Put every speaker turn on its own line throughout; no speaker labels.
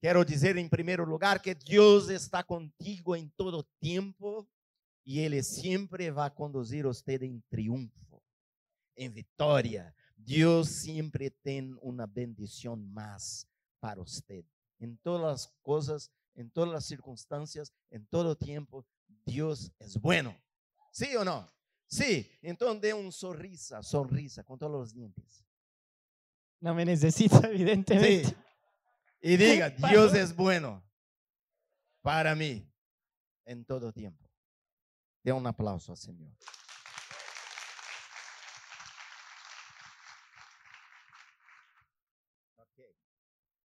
Quero dizer em primeiro lugar que Deus está contigo em todo tempo e Ele sempre vai conduzir você em triunfo, em vitória. Deus sempre tem uma bendição mais para você. Em todas as coisas, em todas as circunstâncias, em todo tempo, Deus é bueno. Sim ou não? Sim. Então dê um sorriso, sorrisa com todos os dentes.
No me necesita, evidentemente.
Sí. Y diga, Dios es bueno para mí en todo tiempo. De un aplauso al Señor.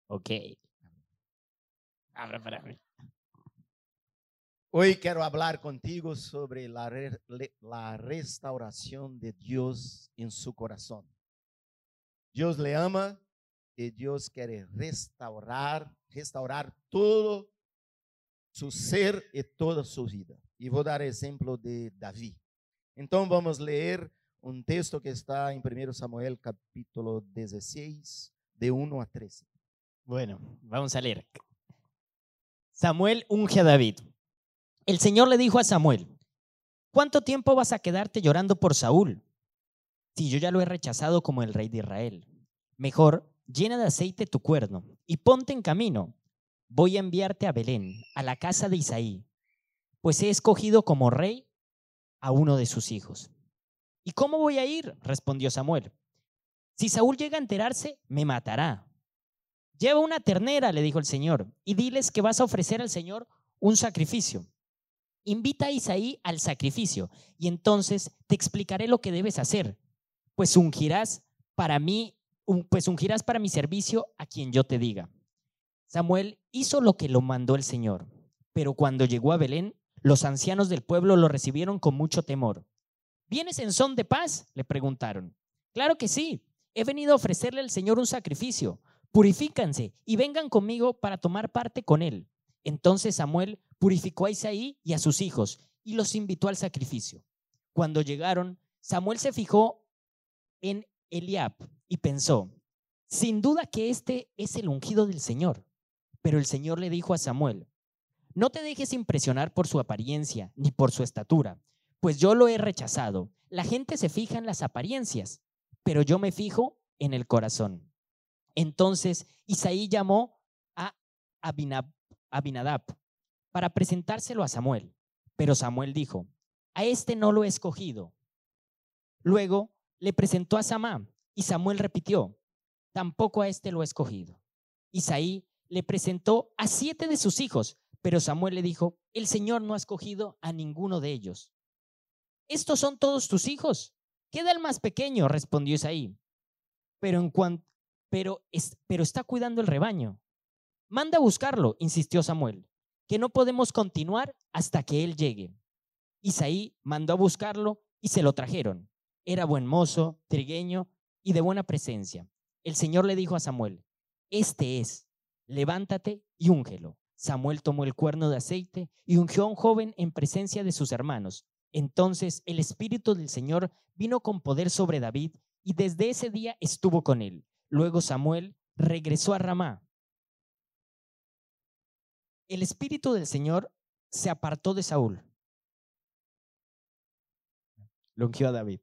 Ok. Abra para mí.
Hoy quiero hablar contigo sobre la, re- le- la restauración de Dios en su corazón. Dios le ama y Dios quiere restaurar, restaurar todo su ser y toda su vida. Y voy a dar ejemplo de David. Entonces vamos a leer un texto que está en 1 Samuel capítulo 16, de 1 a 13.
Bueno, vamos a leer. Samuel unge a David. El Señor le dijo a Samuel, ¿cuánto tiempo vas a quedarte llorando por Saúl? Si yo ya lo he rechazado como el rey de Israel. Mejor, llena de aceite tu cuerno y ponte en camino. Voy a enviarte a Belén, a la casa de Isaí, pues he escogido como rey a uno de sus hijos. ¿Y cómo voy a ir? respondió Samuel. Si Saúl llega a enterarse, me matará. Lleva una ternera, le dijo el Señor, y diles que vas a ofrecer al Señor un sacrificio. Invita a Isaí al sacrificio, y entonces te explicaré lo que debes hacer, pues ungirás para mí, un- pues ungirás para mi servicio a quien yo te diga. Samuel hizo lo que lo mandó el Señor, pero cuando llegó a Belén, los ancianos del pueblo lo recibieron con mucho temor. ¿Vienes en son de paz? le preguntaron. Claro que sí, he venido a ofrecerle al Señor un sacrificio purifícanse y vengan conmigo para tomar parte con él. Entonces Samuel purificó a Isaí y a sus hijos y los invitó al sacrificio. Cuando llegaron, Samuel se fijó en Eliab y pensó, sin duda que este es el ungido del Señor. Pero el Señor le dijo a Samuel, no te dejes impresionar por su apariencia ni por su estatura, pues yo lo he rechazado. La gente se fija en las apariencias, pero yo me fijo en el corazón. Entonces Isaí llamó a Abinab- Abinadab para presentárselo a Samuel. Pero Samuel dijo, a este no lo he escogido. Luego le presentó a Samá y Samuel repitió, tampoco a este lo he escogido. Isaí le presentó a siete de sus hijos, pero Samuel le dijo, el Señor no ha escogido a ninguno de ellos. Estos son todos tus hijos. Queda el más pequeño, respondió Isaí. Pero en cuanto pero, es- pero está cuidando el rebaño. Manda a buscarlo, insistió Samuel, que no podemos continuar hasta que él llegue. Isaí mandó a buscarlo y se lo trajeron. Era buen mozo, trigueño y de buena presencia. El Señor le dijo a Samuel, este es, levántate y úngelo. Samuel tomó el cuerno de aceite y ungió a un joven en presencia de sus hermanos. Entonces el Espíritu del Señor vino con poder sobre David y desde ese día estuvo con él. Luego Samuel regresó a Ramá. El espíritu del Señor se apartó de Saúl. Lo ungió a David.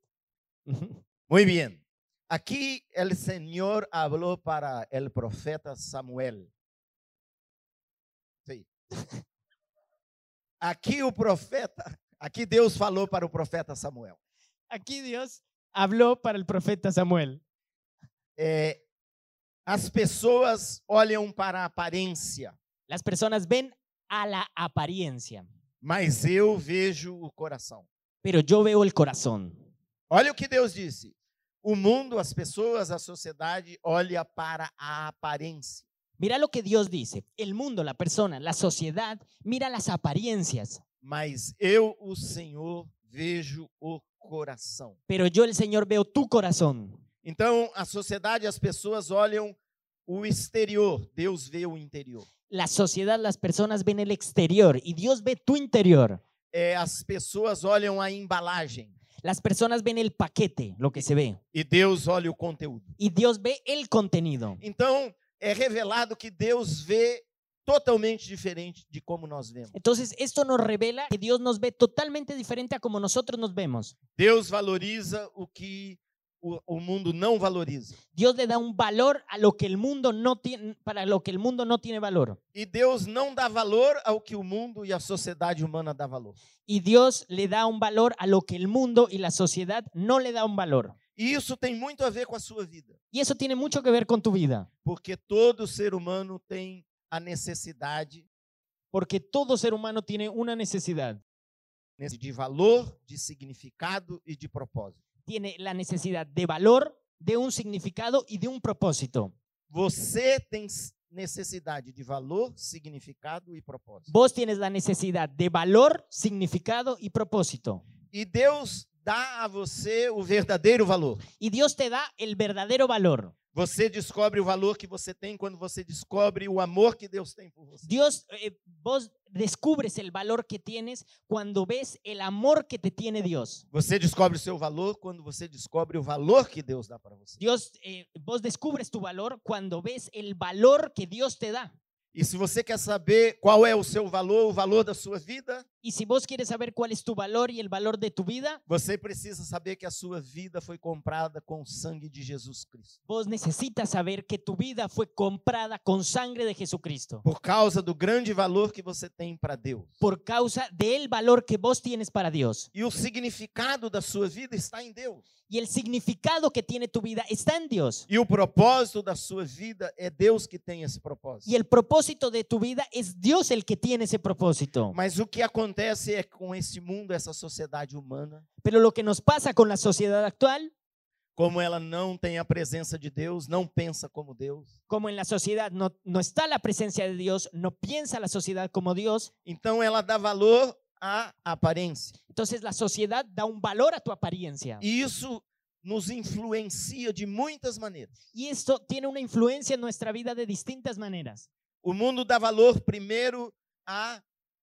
Muy bien. Aquí el Señor habló para el profeta Samuel. Sí. Aquí o profeta, aqui Deus falou para o profeta Samuel.
Aquí Dios habló para el profeta Samuel.
É, as pessoas olham para a aparência,
Las personas ven a la apariencia,
mas eu vejo o coração.
pero yo veo el corazón.
Olha o que Deus disse. O mundo, as pessoas, a sociedade olha para a aparência.
Mira lo que Dios dice. El mundo, la persona, la sociedad, mira las apariencias,
mas eu, o Senhor, vejo o coração.
pero yo el Señor veo tu corazón.
Então, a sociedade, as pessoas olham o exterior, Deus vê o interior.
la sociedad, las personas ven el exterior y Dios ve tu interior.
É, as pessoas olham a embalagem
Las personas ven el paquete, lo que se ve,
e Deus olha o conteúdo.
y Dios ve el contenido.
Então, é revelado que Deus vê totalmente diferente de como nós vemos.
Entonces, esto nos revela que Dios nos ve totalmente diferente a como nosotros nos vemos.
Deus valoriza o que o, o mundo não valoriza.
Dios le da un valor a lo que el mundo no tiene, para lo que el mundo no tiene valor.
E Deus não dá valor ao que o mundo e a sociedade humana dá valor.
Y Dios le da un valor a lo que el mundo y la sociedad no le da un valor.
E isso tem muito a ver com a sua vida,
Y eso tiene mucho que ver con tu vida,
porque todo ser humano tem a necessidade
porque todo ser humano tiene una necesidad.
de valor, de significado e de propósito.
Tiene la necesidad de valor, de un significado y de un propósito.
Você tem s- necessidade de valor, significado e propósito.
Vos tienes la necesidad de valor, significado y propósito.
E Deus dá a você o verdadeiro valor.
Y Dios te da el verdadero valor.
Você descobre o valor que você tem quando você descobre o amor que Deus tem por você.
Dios, eh, vos descubres el valor que tienes cuando ves el amor que te tiene Dios.
Você descobre o seu valor quando você descobre o valor que Deus dá para você.
Dios, eh, vos descubres tu valor cuando ves el valor que Dios te da.
E se você quer saber qual é o seu valor, o valor da sua vida,
Y si vos quieres saber cuál es tu valor y el valor de tu vida,
você precisa saber que a sua vida foi comprada com o sangue de Jesus Cristo.
vos necesitas saber que tu vida fue comprada con sangre de Jesucristo
Por causa do grande valor que você tem para Deus.
por causa del valor que vos tienes para Dios.
E o significado da sua vida está em Deus.
Y el significado que tiene tu vida está en Dios.
E o propósito da sua vida é Deus que tem esse propósito.
Y el propósito de tu vida es Dios el que tiene ese propósito.
Mas o que acontece é que com esse mundo, essa sociedade humana,
Pero lo que nos pasa con la sociedad actual,
como ela não tem a presença de Deus, não pensa como Deus.
como en la sociedad no, no está la presencia de Dios, no piensa la sociedad como Dios,
Então ela dá valor à aparência.
entonces la sociedad da un valor a tu apariencia.
E isso nos influencia de muitas maneiras.
Y esto tiene una influencia en nuestra vida de distintas maneras.
O mundo dá valor primeiro à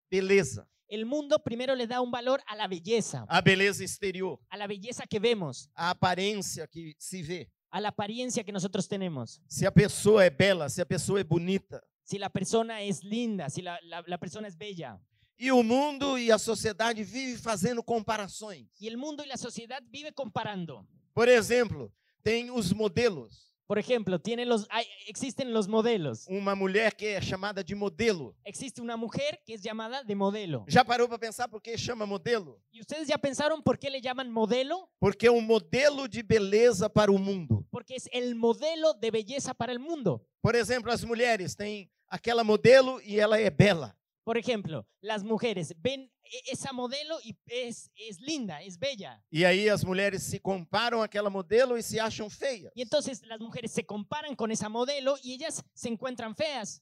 beleza,
El mundo primero le da un valor a la belleza,
à beleza exterior,
a la belleza que vemos,
à aparência que se vê.
a la apariencia que nosotros tenemos.
Se a pessoa é bela, se a pessoa é bonita.
Si la persona es linda, si la, la- la persona es bella.
E o mundo e a sociedade vivem fazendo comparações.
Y el mundo y la sociedad vive comparando.
Por exemplo, tem os modelos.
Por ejemplo, tiene los, hay- existen los modelos.
Uma mulher que é chamada de modelo.
Existe una mujer que es llamada de modelo.
Já parou para pensar por que chama modelo?
¿Y ustedes ya pensaron por qué le llaman modelo?
Porque é um modelo de beleza para o mundo.
Porque es el modelo de belleza para el mundo.
Por exemplo, as mulheres têm aquela modelo y ela é bela.
Por ejemplo, las mujeres ven e- esa modelo y es, es linda, es bella.
E aí as mulheres se comparam àquela modelo e se acham feias.
Y entonces las mujeres se comparan con esa modelo y ellas se encuentran feas.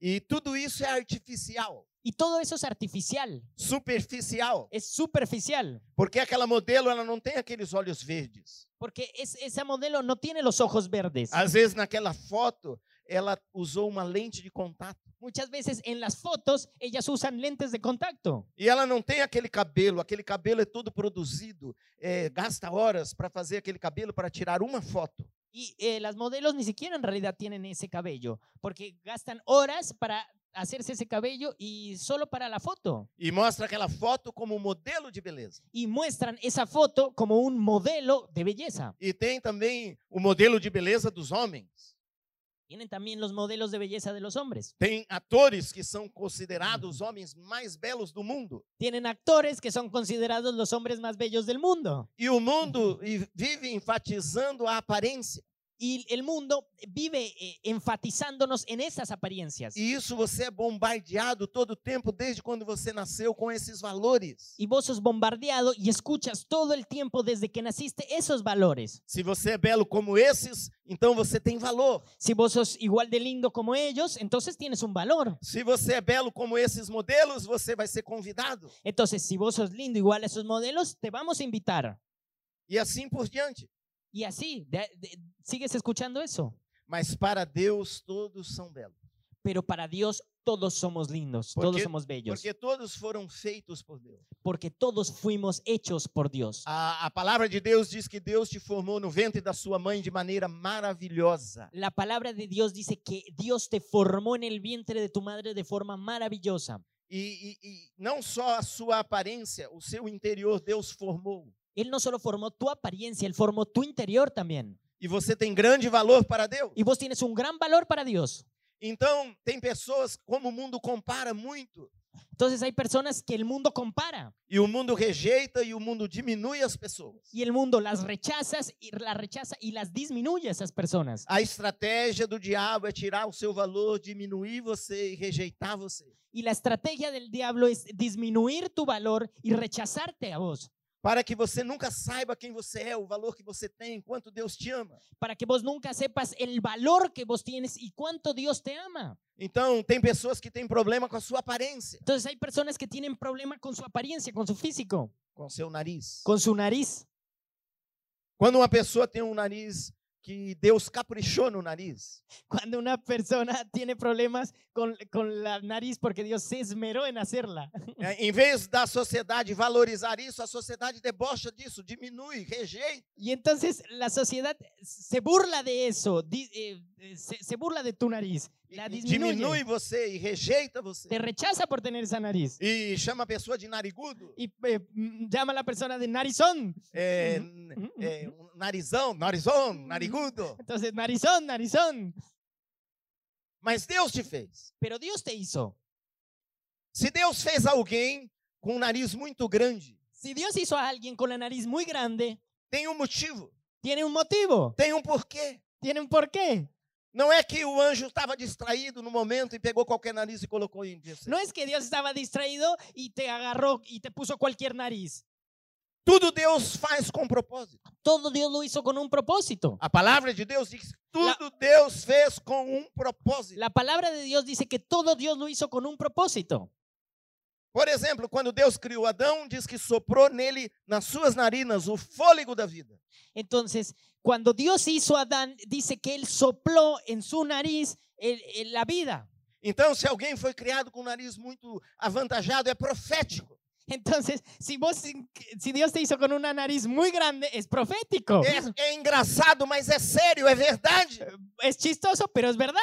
E tudo isso é artificial,
Y todo eso es artificial,
superficial,
es superficial.
porque aquela modelo ela não tem aqueles olhos verdes.
Porque es- esa modelo no tiene los ojos verdes.
Às vezes naquela foto ela usou uma lente de contato
Muchas veces en las fotos ellas usan lentes de contacto.
e ela não tem aquele cabelo, aquele cabelo é todo produzido, é, gasta horas para fazer aquele cabelo para tirar uma foto.
Y eh, las modelos ni siquiera en realidad tienen ese cabello, porque gastan horas para hacerse ese cabello y solo para la foto.
E mostra aquela foto como modelo de beleza.
Y muestran esa foto como un modelo de belleza.
E tem também o modelo de beleza dos homens.
Tienen también los modelos de belleza de los hombres.
Tem atores que são considerados os homens mais belos do mundo.
Tienen actores que son considerados los hombres más bellos del mundo.
E o mundo e- vive enfatizando a aparência.
Y el mundo vive eh, enfatizándonos en esas apariencias.
E isso você é bombardeado todo o tempo, desde quando você nasceu, com esses valores.
y vos sos bombardeado y escuchas todo el tiempo desde que naciste esos valores.
Se você é belo como esses, então você tem valor.
Si vos sos igual de lindo como ellos, entonces tienes un valor.
Se você é belo como esses modelos, você vai ser convidado.
Entonces, si vos sos lindo igual a esos modelos, te vamos a invitar.
E assim por diante.
Y así, de- de- sigues escuchando eso.
Mas para Deus, todos são belos.
Pero para Dios todos somos lindos,
Porque-
todos somos bellos, porque,
Porque todos foram feitos por Deus.
todos fuimos hechos por Dios.
A, a palavra de Deus diz que Deus te formou no ventre da sua mãe de maneira maravilhosa.
La palabra de Dios dice que Dios te formó en el vientre de tu madre de forma maravillosa.
E, e- e não só a sua aparência, o seu interior Deus formou.
Él no solo formó tu apariencia, Él formó tu interior también.
E você tem grande valor para Deus.
Y vos tienes un gran valor para Dios.
Então, tem pessoas, como o mundo compara muito,
Entonces hay personas que el mundo compara
e o mundo rejeita e o mundo diminui as pessoas.
y el mundo las rechazas y las rechaza y las disminuye a esas personas.
A estratégia do diabo é tirar o seu valor, diminuir você e rejeitar você.
Y la estrategia del diablo es disminuir tu valor y rechazarte a vos,
Para que você nunca saiba quem você é, o valor que você tem, quanto Deus te ama.
para que vos nunca sepas el valor que vos tienes y cuánto Dios te ama.
Então, tem pessoas que têm problema com a sua aparência,
Entonces hay personas que tienen problema con su apariencia, con su físico,
com seu nariz.
con su nariz.
Quando uma pessoa tem um nariz que Deus caprichou no nariz,
Cuando una persona tiene problemas con, con la nariz porque Dios se esmeró en hacerla.
né, em vez da sociedade valorizar isso, a sociedade debocha disso, diminui, rejeita.
Y entonces la sociedad se burla de eso, di- eh, eh, se, se burla de tu nariz,
e-
la
e
disminuye,
diminui você e rejeita você.
te rechaza por tener esa nariz
E chama a pessoa de narigudo,
y eh, mm, llama a la persona de narizón.
é,
Ujú, ujú.
é, um narizão, narizão, narigudo.
Entonces, narizón, narizón.
Mas Deus te fez.
Pero Dios te hizo.
Se Deus fez alguém com um nariz muito grande,
Si Dios hizo a alguien con la nariz muy grande,
tem um motivo,
tiene un motivo,
tem um porquê.
tiene un porqué.
Não é que o anjo estava distraído no momento e pegou qualquer nariz e colocou em você.
No es que Dios estaba distraído y te agarró y te puso cualquier nariz.
Tudo Deus faz com propósito.
Todo Dios lo hizo con un propósito.
A palavra de Deus diz que tudo Deus fez com um propósito.
La palabra de Dios dice que todo Dios lo hizo con un propósito.
Por exemplo, quando Deus criou Adão, diz que soprou nele, nas suas narinas, o fôlego da vida.
Entonces, cuando Dios hizo a Adán, dice que él sopló en su nariz el- el- la vida.
Então, se alguém foi criado com um nariz muito avantajado, é profético.
Entonces, si vos, si Dios te hizo con una nariz muy grande, es profético.
É, é engraçado, mas é sério, é verdade.
Es chistoso, pero es verdad.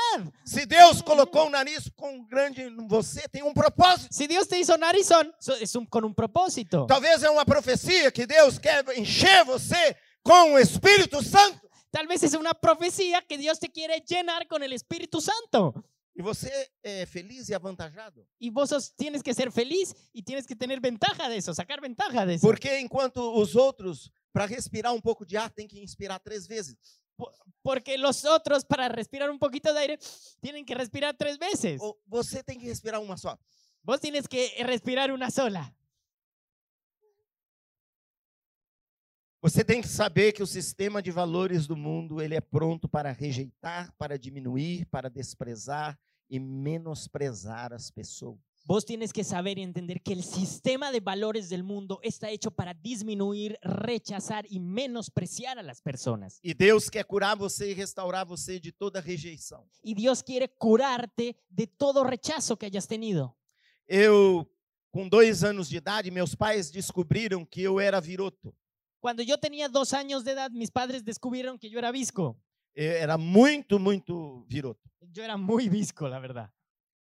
Se Deus colocou um nariz com grande em você, tem um propósito.
Si Dios te hizo narizón, so- es un- con un propósito.
Talvez é uma profecia que Deus quer encher você com o Espírito Santo.
Tal vez es una profecía que Dios te quiere llenar con el Espíritu Santo.
E você é feliz e avantajado.
Y vos sos- tienes que ser feliz y tienes que tener ventaja de eso, sacar ventaja de eso.
Porque enquanto os outros, para respirar um pouco de ar, tem que inspirar três vezes.
Porque los otros, para respirar un poquito de aire, tienen que respirar tres veces.
Ou Você tem que respirar uma só.
Vos tienes que respirar una sola.
Você tem que saber que o sistema de valores do mundo ele é pronto para rejeitar, para diminuir, para desprezar e menosprezar as pessoas.
Vos tienes que saber y entender que el sistema de valores del mundo está hecho para disminuir, rechazar y menospreciar a las personas.
E Deus quer curar você e restaurar você de toda rejeição.
Y Dios quiere curarte de todo rechazo que hayas tenido.
Eu, com dois anos de idade, meus pais descobriram que eu era viroto.
Cuando yo tenía dos años de edad, mis padres descubrieron que yo era visco.
Eu era muito, muito viroto.
Yo era muy visco, la verdad.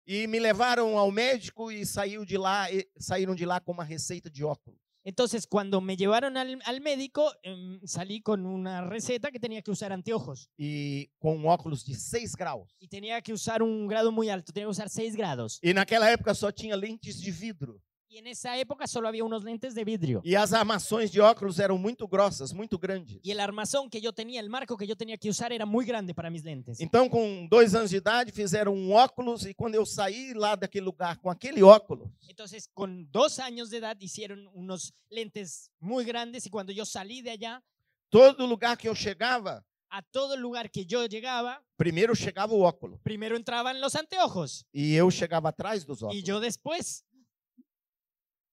E me levaram ao médico e saiu de lá, e saíram de lá com uma receita de óculos.
Entonces, cuando me llevaron al, al médico, em, salí con una receta que tenía que usar anteojos
E com um óculos de 6 graus.
y tenía que usar un grado muy alto, tenía que usar 6 grados.
E naquela época só tinha lentes de vidro.
Y en esa época solo había unos lentes de vidrio.
E as armações de óculos eram muito grossas, muito grandes.
Y el armazón que yo tenía, el marco que yo tenía que usar era muy grande para mis lentes.
Então, com dois anos de idade, fizeram um óculos. E quando eu saí lá daquele lugar com aquele óculos,
Entonces, con dos años de edad hicieron unos lentes muy grandes y cuando yo salí de allá,
todo lugar que eu chegava,
a todo lugar que yo llegaba,
primeiro chegava o óculos.
primero entraban los anteojos
E eu chegava atrás dos
y
óculos.
yo después.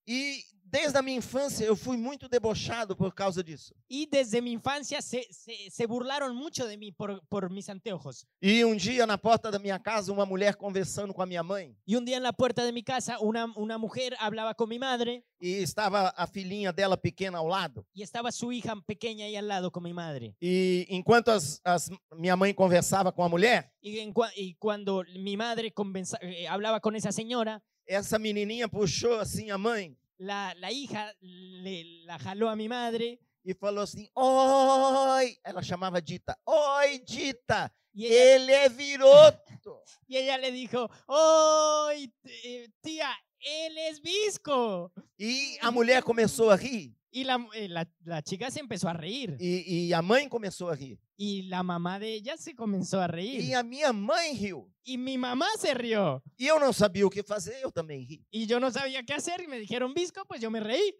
E Desde a minha infância eu fui muito debochado por causa disso.
Y desde mi infancia se, se- se burlaron mucho de mí por, por mis anteojos.
E um dia na porta da minha casa uma mulher conversando com a minha mãe
Y un día en la puerta de mi casa una, una mujer hablaba con mi madre
e estava a filhinha dela pequena ao lado.
y estaba su hija pequeña ahí al lado con mi madre.
E enquanto as, as- minha mãe conversava com a mulher,
Y, en cua- y cuando mi madre convenza- eh, hablaba con esa señora,
essa menininha puxou assim a mãe
la, la hija le, la jaló a mi madre
e falou assim: Oi! Ela chamava Dita. Oi, Dita!
y ella,
Ele é viroto!
y ella le dijo, ¡Ay, t- eh, tía, él es visco!
E a mulher começou a rir
Y la, mu- eh, la- la chica se empezó a reír
e, e a mãe começou a rir.
y la mamá de ella se comenzó a
E
reír
a minha mãe riu.
y mi mamá se rió
E eu não sabia o que fazer, eu também ri.
y yo no sabía qué hacer y me dijeron visco, pues yo me reí.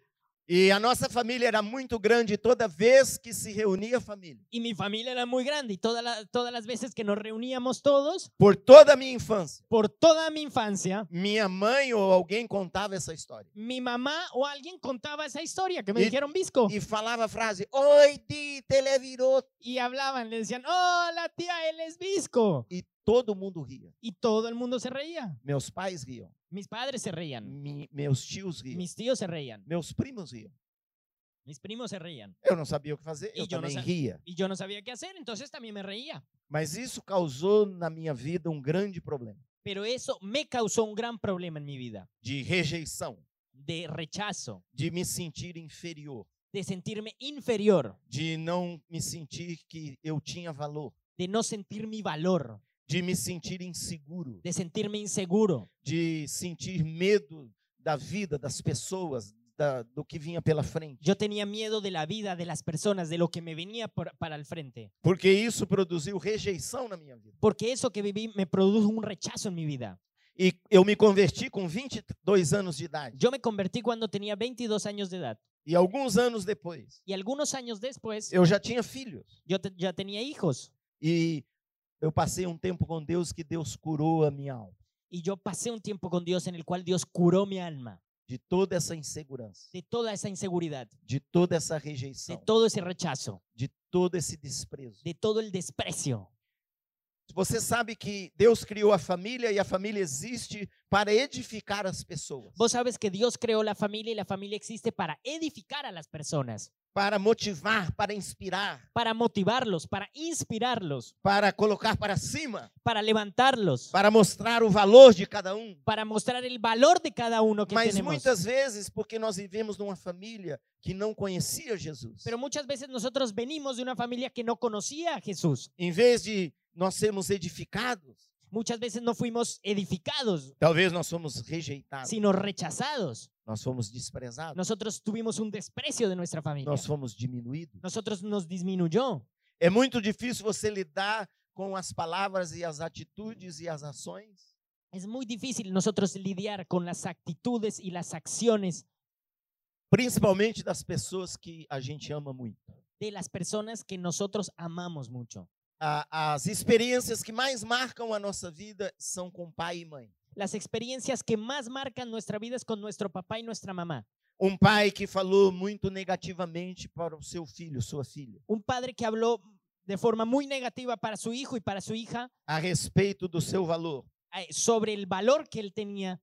E a nossa família era muito grande e toda vez que se reunia a família,
Y mi familia era muy grande y todas la- todas las veces que nos reuníamos todos,
por toda a minha infância,
por toda mi infancia,
minha mãe ou alguém contava essa história.
mi mamá o alguien contaba esa historia que me
Y-
dijeron visco
E falava a frase: Oi, Dita, ele é viroto.
y hablaban, le decían, hola tía, él es visco.
E todo mundo ria.
Y todo el mundo se reía.
Meus pais riam,
Mis padres se reían,
mi- meus tios riam,
Hum. mis tíos se reían,
meus primos riam.
mis primos se reían.
Eu não sabia o que fazer,
E
eu
eu não
também
sa-
ria.
Y yo no sabía qué hacer, entonces también me reía.
Mas isso causou na minha vida um grande problema
Pero eso me causó un gran problema en mi vida,
de rejeição,
de rechazo,
de me sentir inferior,
de sentirme inferior,
de não me sentir que eu tinha valor,
de no sentir mi valor,
de me sentir inseguro.
de sentirme inseguro.
de sentir medo da vida, das pessoas, da- do que vinha pela frente.
Yo tenía miedo de la vida, de las personas, de lo que me venía por- para el frente,
Porque isso produziu rejeição na minha vida.
porque eso que viví me produjo un rechazo en mi vida.
E eu me converti com 22 anos de idade.
Yo me convertí cuando tenía 22 años de edad
E alguns anos depois,
y algunos años después
eu já tinha filhos.
yo te- ya tenía hijos
E eu passei um tempo com Deus que Deus curou a minha alma
y yo pasé un tiempo con Dios en el cual Dios curó mi alma
de toda essa insegurança,
de toda esa inseguridad,
de toda essa
de
rejeição,
todo ese rechazo,
de todo esse desprezo.
de todo el desprecio.
Você sabe que Deus criou a família e a família existe para edificar as pessoas,
Vos sabes que Dios creó la familia y la familia existe para edificar a las personas,
para motivar, para inspirar,
para motivarlos, para inspirarlos,
para colocar para cima,
para levantarlos,
para mostrar o valor de cada um.
para mostrar el valor de cada uno que
Mas
tenemos.
muitas vezes, porque nós vivemos numa família que não conhecia Jesus,
Pero muchas veces nosotros venimos de una familia que no conocía a Jesús.
em vez de nós sermos edificados,
Muchas veces no fuimos edificados,
talvez nós somos rejeitados,
sino rechazados.
nós somos desprezados,
Nosotros tuvimos un desprecio de nuestra familia.
nós fomos diminuídos.
Nosotros nos disminuyó.
É muito difícil você lidar com as palavras e as atitudes e as ações
Es muy difícil nosotros lidiar con las actitudes y las acciones
principalmente das pessoas que a gente ama muito.
de las personas que nosotros amamos mucho.
A- As experiências que mais marcam a nossa vida são com pai e mãe.
Las experiencias que más marcan nuestra vida es con nuestro papá y nuestra mamá.
Um pai que falou muito negativamente para o seu filho, sua filha,
Un padre que habló de forma muy negativa para su hijo y para su hija
a respeito do seu valor.
eh, sobre el valor que él tenía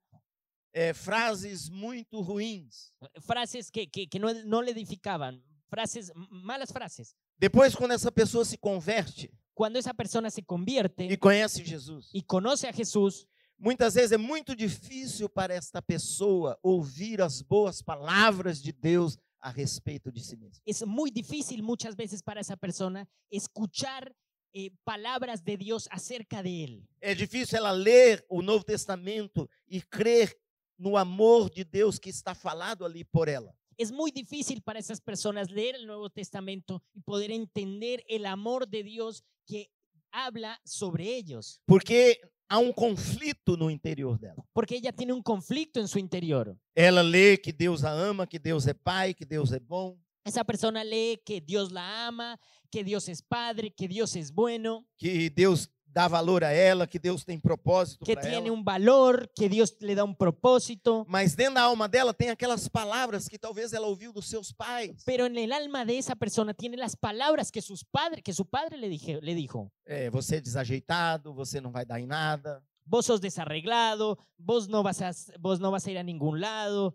É, frases muito ruins.
eh, frases que, que- que no, no le edificaban, frases, m- malas frases.
Depois, quando essa pessoa se converte
Cuando esa persona se
e
convierte
conhece Jesus,
y conoce a Jesús,
muitas vezes é muito difícil para esta pessoa ouvir as boas palavras de Deus a respeito de si mesmo.
es muy difícil muchas veces para esa persona escuchar eh, palabras de Dios acerca de él.
É difícil ela ler o Novo Testamento e crer no amor de Deus que está falado ali por ela.
Es muy difícil para esas personas leer el Nuevo Testamento y poder entender el amor de Dios que habla sobre ellos,
Porque há um conflito no interior dela.
porque ella tiene un conflicto en su interior.
Ela lê que Deus a ama, que Deus é pai, que Deus é bom,
Esa persona lee que Dios la ama, que Dios es padre, que Dios es bueno,
que Deus dá valor a ela, que Deus tem propósito
que
para
tiene
ela.
un valor, que Dios le da un propósito,
Mas dentro da alma dela tem aquelas palavras que talvez ela ouviu dos seus pais.
pero en el alma de esa persona tiene las palabras que, sus padres, que su padre le, dije- le dijo.
É, você é desajeitado, você não vai dar em nada.
Vos sos desarreglado, vos no vas a, vos no vas a ir a ningún lado.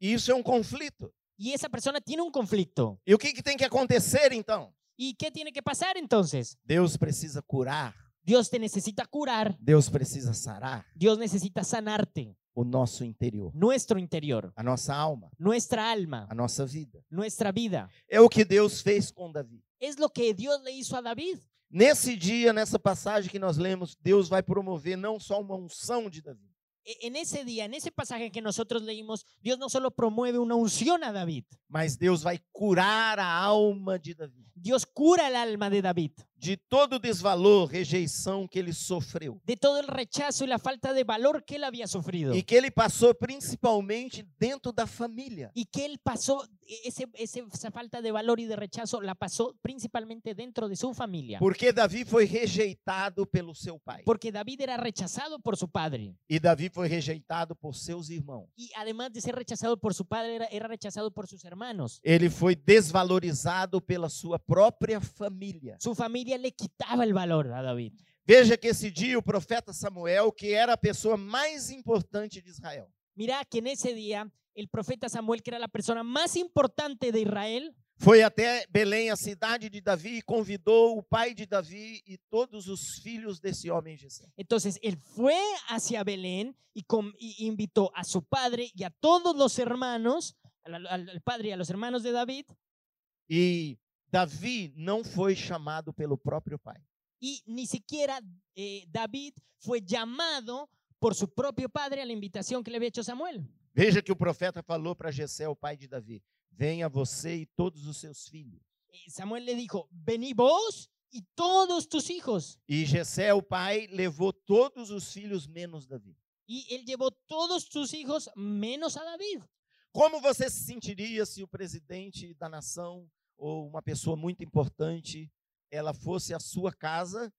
E isso é um conflito.
Y esa persona tiene un conflicto.
E o que, que tem que acontecer então?
¿Y qué tiene que pasar entonces?
Deus precisa curar,
Dios te necesita curar,
Deus precisa sarar
Dios necesita sanarte,
o nosso interior,
nuestro interior,
a nossa alma,
nuestra alma,
a nossa vida.
nuestra vida.
É o que Deus fez com Davi.
Es lo que Dios le hizo a David.
Nesse dia, nessa passagem que nós lemos, Deus vai promover não só uma unção de Davi,
E- En ese día, en ese pasaje que nosotros leímos, Dios no solo promueve una unción a David,
mas Deus vai curar a alma de Davi
Dios cura el alma de David
de todo o desvalor, rejeição que ele sofreu
de todo el rechazo y la falta de valor que él había sofrido
e que ele passou principalmente dentro da família.
y que él pasó, e- ese- ese- esa falta de valor y de rechazo la pasó principalmente dentro de su familia.
Porque Davi foi rejeitado pelo seu pai
Porque David era rechazado por su padre.
e Davi foi rejeitado por seus irmãos.
Y además de ser rechazado por su padre, era, era rechazado por sus hermanos.
Ele foi desvalorizado pela sua própria família.
Su familia le quitaba el valor a David.
Veja que esse dia o profeta Samuel, que era a pessoa mais importante de Israel,
Mirá que en ese día el profeta Samuel, que era la persona más importante de Israel,
Foi até Belém, a cidade de Davi, e convidou o pai de Davi e todos os filhos desse homem Jessé.
entonces él fue hacia Belén y, com- y invitó a su padre y a todos los hermanos, al, al- al padre y a los hermanos de David,
E Davi não foi chamado pelo próprio pai.
y ni siquiera eh, David fue llamado por su propio padre a la invitación que le había hecho Samuel.
Veja que o profeta falou para Jessé, o pai de Davi: "Venha você e todos os seus filhos".
Eh, Samuel le dijo, vení vos y todos tus hijos.
E Jessé, o pai, levou todos os filhos menos Davi.
Y él llevó todos sus hijos menos a David.
Como você se sentiria se o presidente da nação ou uma pessoa muito importante ela fosse à sua casa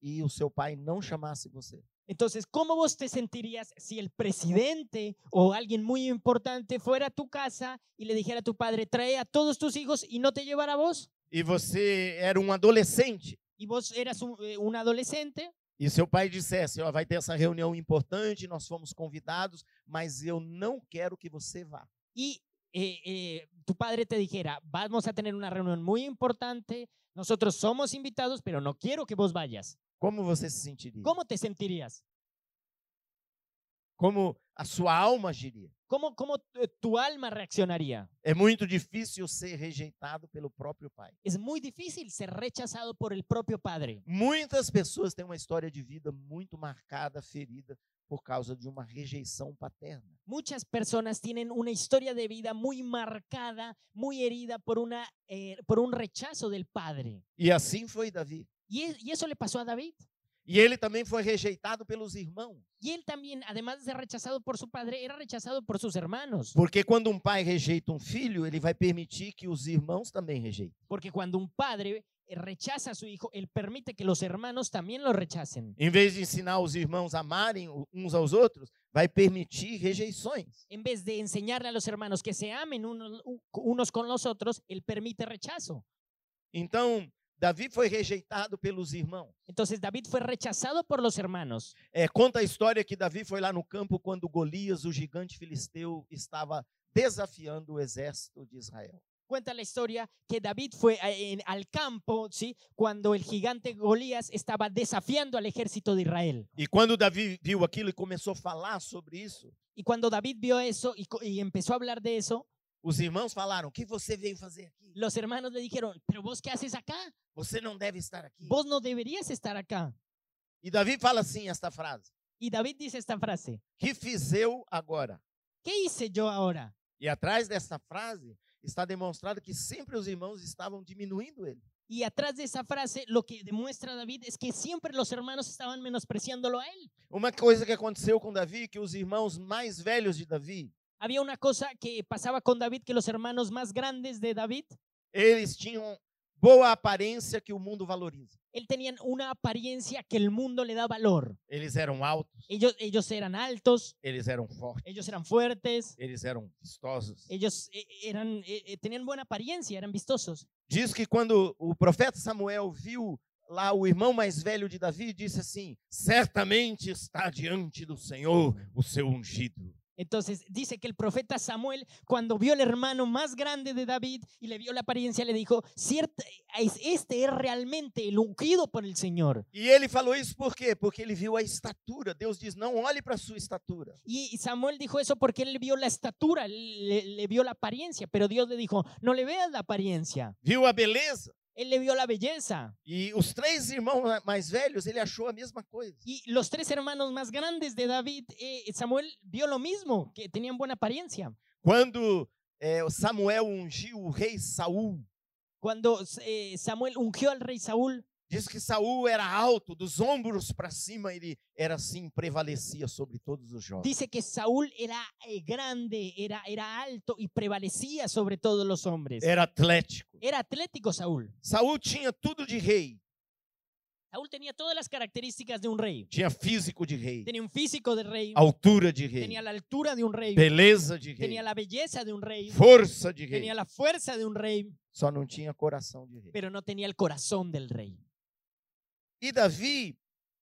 e o seu pai não chamasse você?
Entonces, ¿cómo vos te sentirías si el presidente o alguien muy importante fuera a tu casa y le dijera a tu padre, trae a todos tus hijos y no te llevara a vos?
e você era um adolescente
Y vos eras un, eh, un adolescente
e seu pai dissesse, ó, vai ter essa reunião importante, nós fomos convidados, mas eu não quero que você vá.
y eh, eh, tu padre te dijera, vamos a tener una reunión muy importante, nosotros somos invitados, pero no quiero que vos vayas.
Como você se sentiria?
¿Cómo te sentirías?
Como a sua alma agiria?
¿Cómo, cómo tu- tu alma reaccionaría?
É muito difícil ser rejeitado pelo próprio pai.
Es muy difícil ser rechazado por el propio padre.
Muitas pessoas têm uma história de vida muito marcada, ferida, por causa de uma rejeição paterna.
Muchas personas tienen una historia de vida muy marcada, muy herida por, una, eh, por un rechazo del padre.
E assim foi Davi.
Y, es- y eso le pasó a David.
E ele também foi rejeitado pelos irmãos.
Y él también, además de ser rechazado por su padre, era rechazado por sus hermanos.
Porque quando um pai rejeita um filho, ele vai permitir que os irmãos também rejeitem.
Porque cuando un padre eh, rechaza a su hijo, él permite que los hermanos también lo rechacen.
Em vez de ensinar os irmãos a amarem o- uns aos outros, vai permitir rejeições.
En vez de enseñarle a los hermanos que se amen unos, u- unos con los otros, él permite rechazo.
Então, Davi foi rejeitado pelos irmãos.
Entonces David fue rechazado por los hermanos.
É, conta a história que Davi foi lá no campo quando Golias, o gigante filisteu, estava desafiando o exército de Israel.
cuenta la historia que David fue a- en- al campo, ¿sí? Cuando el gigante Golías estaba desafiando al ejército de Israel.
E quando Davi viu aquilo e começou a falar sobre isso,
Y cuando David vio eso y, co- y empezó a hablar de eso,
os irmãos falaram: O que você veio fazer aqui?
los hermanos le dijeron, pero vos qué haces acá?
Você não deve estar aqui.
Vos no deberías estar acá.
E Davi fala assim: esta frase,
Y David dice esta frase,
que fiz eu agora?
¿qué hice yo ahora?
E atrás dessa frase está demonstrado que sempre os irmãos estavam diminuindo ele.
Y atrás de esa frase, lo que demuestra David es que siempre los hermanos estaban menospreciándolo a él.
Uma coisa que aconteceu com Davi, que os irmãos mais velhos de Davi,
Había una cosa que pasaba con David, que los hermanos más grandes de David
eles tinham boa aparência que o mundo valoriza.
Él tenían una apariencia que el mundo le da valor.
Eles eram altos,
Ellos, ellos eran altos,
eles eram fortes,
ellos eran fuertes,
eles eram vistosos.
ellos eh, eran, eh, eh, tenían buena apariencia, eran vistosos.
Diz que quando o profeta Samuel viu lá o irmão mais velho de Davi, disse assim: Certamente está diante do Senhor o seu ungido.
Entonces dice que el profeta Samuel, cuando vio al hermano más grande de David y le vio la apariencia, le dijo, Cierta, es- este es realmente el ungido por el Señor.
E ele falou isso por quê? Porque ele viu a estatura. Deus diz: Não olhe para a sua estatura.
Y Samuel dijo eso porque él vio la estatura, le, le vio la apariencia, pero Dios le dijo, no le veas la apariencia,
Viu a beleza.
él le vio la belleza.
E os três irmãos ma- mais velhos, ele achou a mesma coisa.
Y los tres hermanos más grandes de David, eh, Samuel vio lo mismo, que tenían buena apariencia.
Quando eh, o Samuel ungiu o rei Saul,
Cuando eh, Samuel ungió al rey Saúl,
diz que Saul era alto, dos ombros para cima, ele era assim, prevalecia sobre todos os jovens.
dice que Saúl era eh, grande, era, era alto y prevalecía sobre todos los hombres.
Era atlético.
Era atlético Saúl.
Saul tinha tudo de rei.
Saúl tenía todas las características de un rey.
Tinha físico de rei,
Tenía un físico de rey,
altura de
tenía
rei,
la altura de un rey,
beleza de rei,
tenía la belleza de un rey,
força de rei.
tenía la fuerza de un rey,
Só não tinha coração de rei.
pero no tenía el corazón del rey.
E Davi,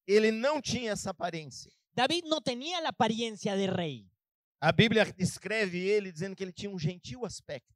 ele não tinha essa aparência.
David no tenía la apariencia de rey.
A Bíblia descreve ele dizendo que ele tinha um gentil aspecto.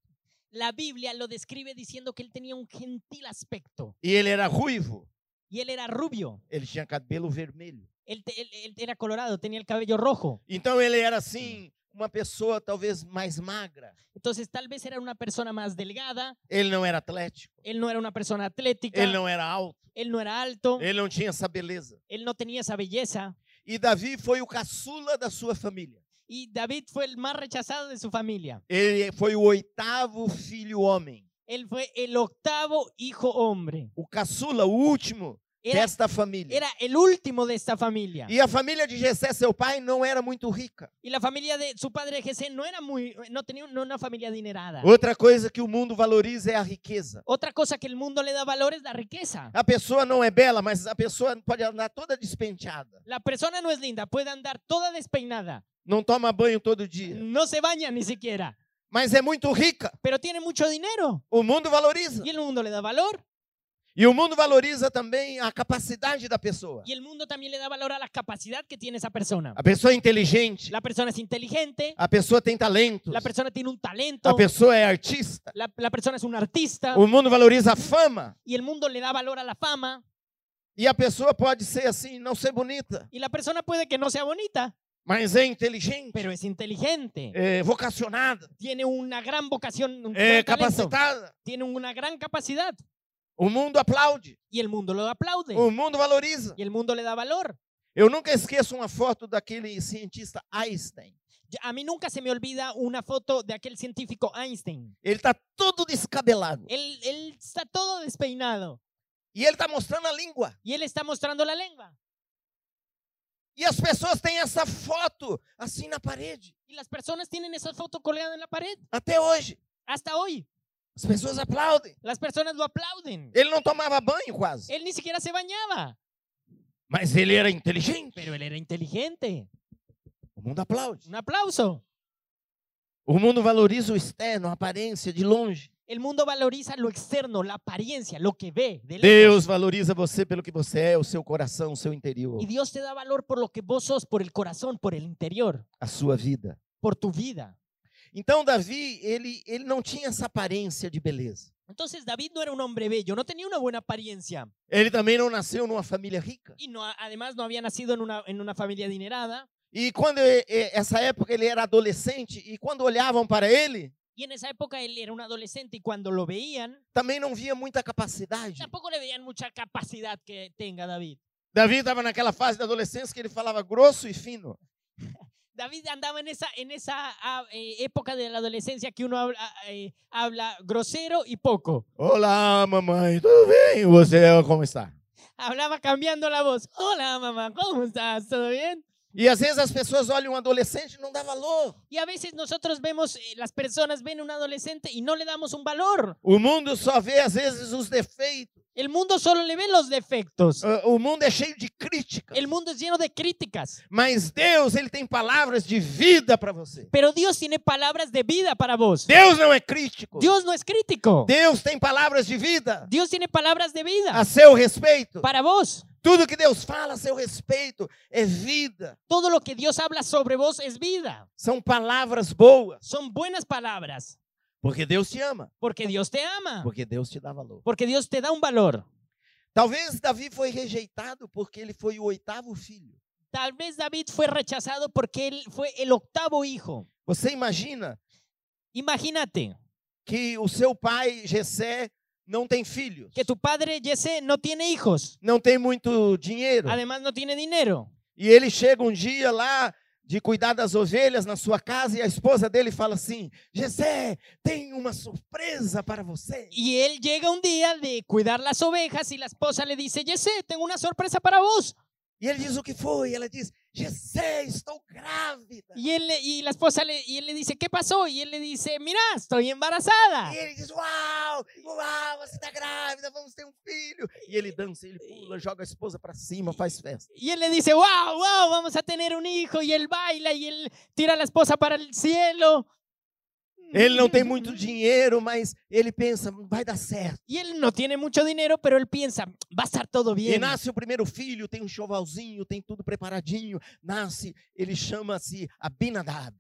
La Biblia lo describe diciendo que él tenía un gentil aspecto
E ele era ruivo,
y él era rubio,
ele tinha cabelo vermelho.
él, te- él- él era colorado, tenía el cabello rojo.
Então ele era assim, uma pessoa talvez mais magra.
Entonces tal vez era una persona más delgada,
Ele não era atlético,
él no era una persona atlética,
ele não era alto,
él no era alto,
ele não tinha essa beleza.
él no tenía esa belleza.
E Davi foi o caçula da sua família.
Y David fue el más rechazado de su familia.
Ele foi o oitavo filho homem.
Él fue el octavo hijo hombre.
O caçula, o último
Era,
desta família.
era el último de esta familia.
E a família de Jessé, seu pai, não era muito rica.
Y la familia de su padre Jesse no era muy, no tenía un- una familia adinerada.
Outra coisa que o mundo valoriza é a riqueza.
Otra cosa que el mundo le da valor es la riqueza.
A pessoa não é bela, mas a pessoa pode andar toda despenteada.
La persona no es linda, puede andar toda despeinada,
Não toma banho todo dia.
no se baña ni siquiera,
Mas é muito rica.
pero tiene mucho dinero
O mundo valoriza.
y el mundo le da valor
E o mundo valoriza também a capacidade da pessoa.
y el mundo también le da valor a la capacidad que tiene esa persona.
A pessoa é inteligente.
La persona es inteligente,
A pessoa tem talento.
la persona Ah. tiene un talento,
A pessoa é artista.
la, la persona es un artista
O mundo valoriza a fama.
y el mundo le da valor a la fama
E a pessoa pode ser assim, não ser bonita,
y la persona puede que no sea bonita,
mas é inteligente,
pero es inteligente,
é vocacionada,
tiene una gran vocación, un
é
gran Um talento,
capacitada.
tiene una gran capacidad
O mundo aplaude.
y el mundo lo aplaude
O mundo valoriza.
y el mundo le da valor.
Eu nunca esqueço uma foto daquele cientista Einstein.
Yo- A mí nunca se me olvida una foto de aquel científico Einstein.
Ele está todo descabelado.
Él, él está todo despeinado
E ele está mostrando a língua.
y él está mostrando la lengua.
E as pessoas têm esa foto assim na parede,
Y las personas tienen esa foto colgada en la pared
até hoje.
hasta hoy.
As pessoas aplaudem.
Las personas lo aplauden.
Ele não tomava banho quase.
Él ni siquiera se bañaba,
Mas ele era inteligente.
pero él era inteligente.
O mundo aplaude.
Un aplauso.
O mundo valoriza o externo, a aparência, de longe.
El mundo valoriza lo externo, la apariencia, lo que ve. de lejos.
Deus valoriza você pelo que você é, o seu coração, o seu interior,
Y Dios te da valor por lo que vos sos, por el corazón, por el interior,
a sua vida.
por tu vida.
Então, Davi, ele, ele não tinha essa aparência de beleza.
Entonces David no era un hombre bello, no tenía una buena apariencia.
Ele também não nasceu numa família rica.
Y no, además no había nacido en una, en una familia adinerada.
E quando eh, eh, essa época ele era adolescente e quando olhavam para ele,
Y en esa época él era un adolescente y cuando lo veían,
também não via muita capacidade.
tampoco le veían mucha capacidad que tenga David.
Davi estava naquela fase da adolescência que ele falava grosso e fino.
David andaba en esa, en esa ah, eh, época de la adolescencia que uno habla, eh, habla grosero y poco.
Olá, mamãe, tudo bem? Você é, como está?
Hablaba cambiando la voz. Hola mamá, ¿cómo estás? ¿Todo bien?
E às vezes as pessoas olham um adolescente e não dá valor.
Y a veces nosotros vemos, eh, las personas ven a un adolescente y no le damos un valor.
O mundo só vê às vezes os defeitos.
El mundo solo le ve los defectos.
Ah, O mundo é cheio de críticas.
El mundo es lleno de críticas.
Mas Deus, ele tem palavras de vida para você.
Pero Dios tiene palabras de vida para vos.
Deus não é crítico.
Dios no es crítico.
Deus tem palavras de vida
Dios tiene palabras de
a
vida
seu respeito.
para vos.
Tudo que Deus fala a seu respeito é vida.
Todo lo que Dios habla sobre vos es vida.
São palavras boas.
Son buenas palabras.
Porque Deus te ama.
Porque Dios te ama.
Porque Deus te dá valor.
Porque Dios te da un valor.
Talvez Davi foi rejeitado porque ele foi o oitavo filho.
Tal vez David fue rechazado porque él fue el octavo hijo.
Você imagina
Imagínate
que o seu pai, Jessé, não tem filhos.
que tu padre Jesse no tiene hijos.
Não tem muito dinheiro.
Además no tiene dinero.
E ele chega um dia lá de cuidar das ovelhas na sua casa e a esposa dele fala assim: Jessé, tem uma surpresa para você.
Y él llega un día de cuidar las ovejas y la esposa le dice, Jesse, tengo una sorpresa para vos.
E ele diz o que foi. Ela diz: Jessé, estou grávida.
Y, él le- y la esposa le, y él le dice, ¿qué pasó? Y él le dice, mira, estoy
E
embarazada.
ele diz: Uau, uau, você está grávida, vamos ter um filho. E ele dança, ele pula, joga a esposa para cima, faz festa.
Y él le dice, wow, wow, vamos a tener un hijo. Y él baila y él tira a la esposa para el cielo.
Ele não tem muito dinheiro, mas ele pensa: vai dar certo.
Y él no tiene mucho dinero, pero él piensa, va a estar todo
E
bien.
nasce o primeiro filho, tem um chovalzinho, tem tudo preparadinho. Nasce, ele chama-se Abinadab.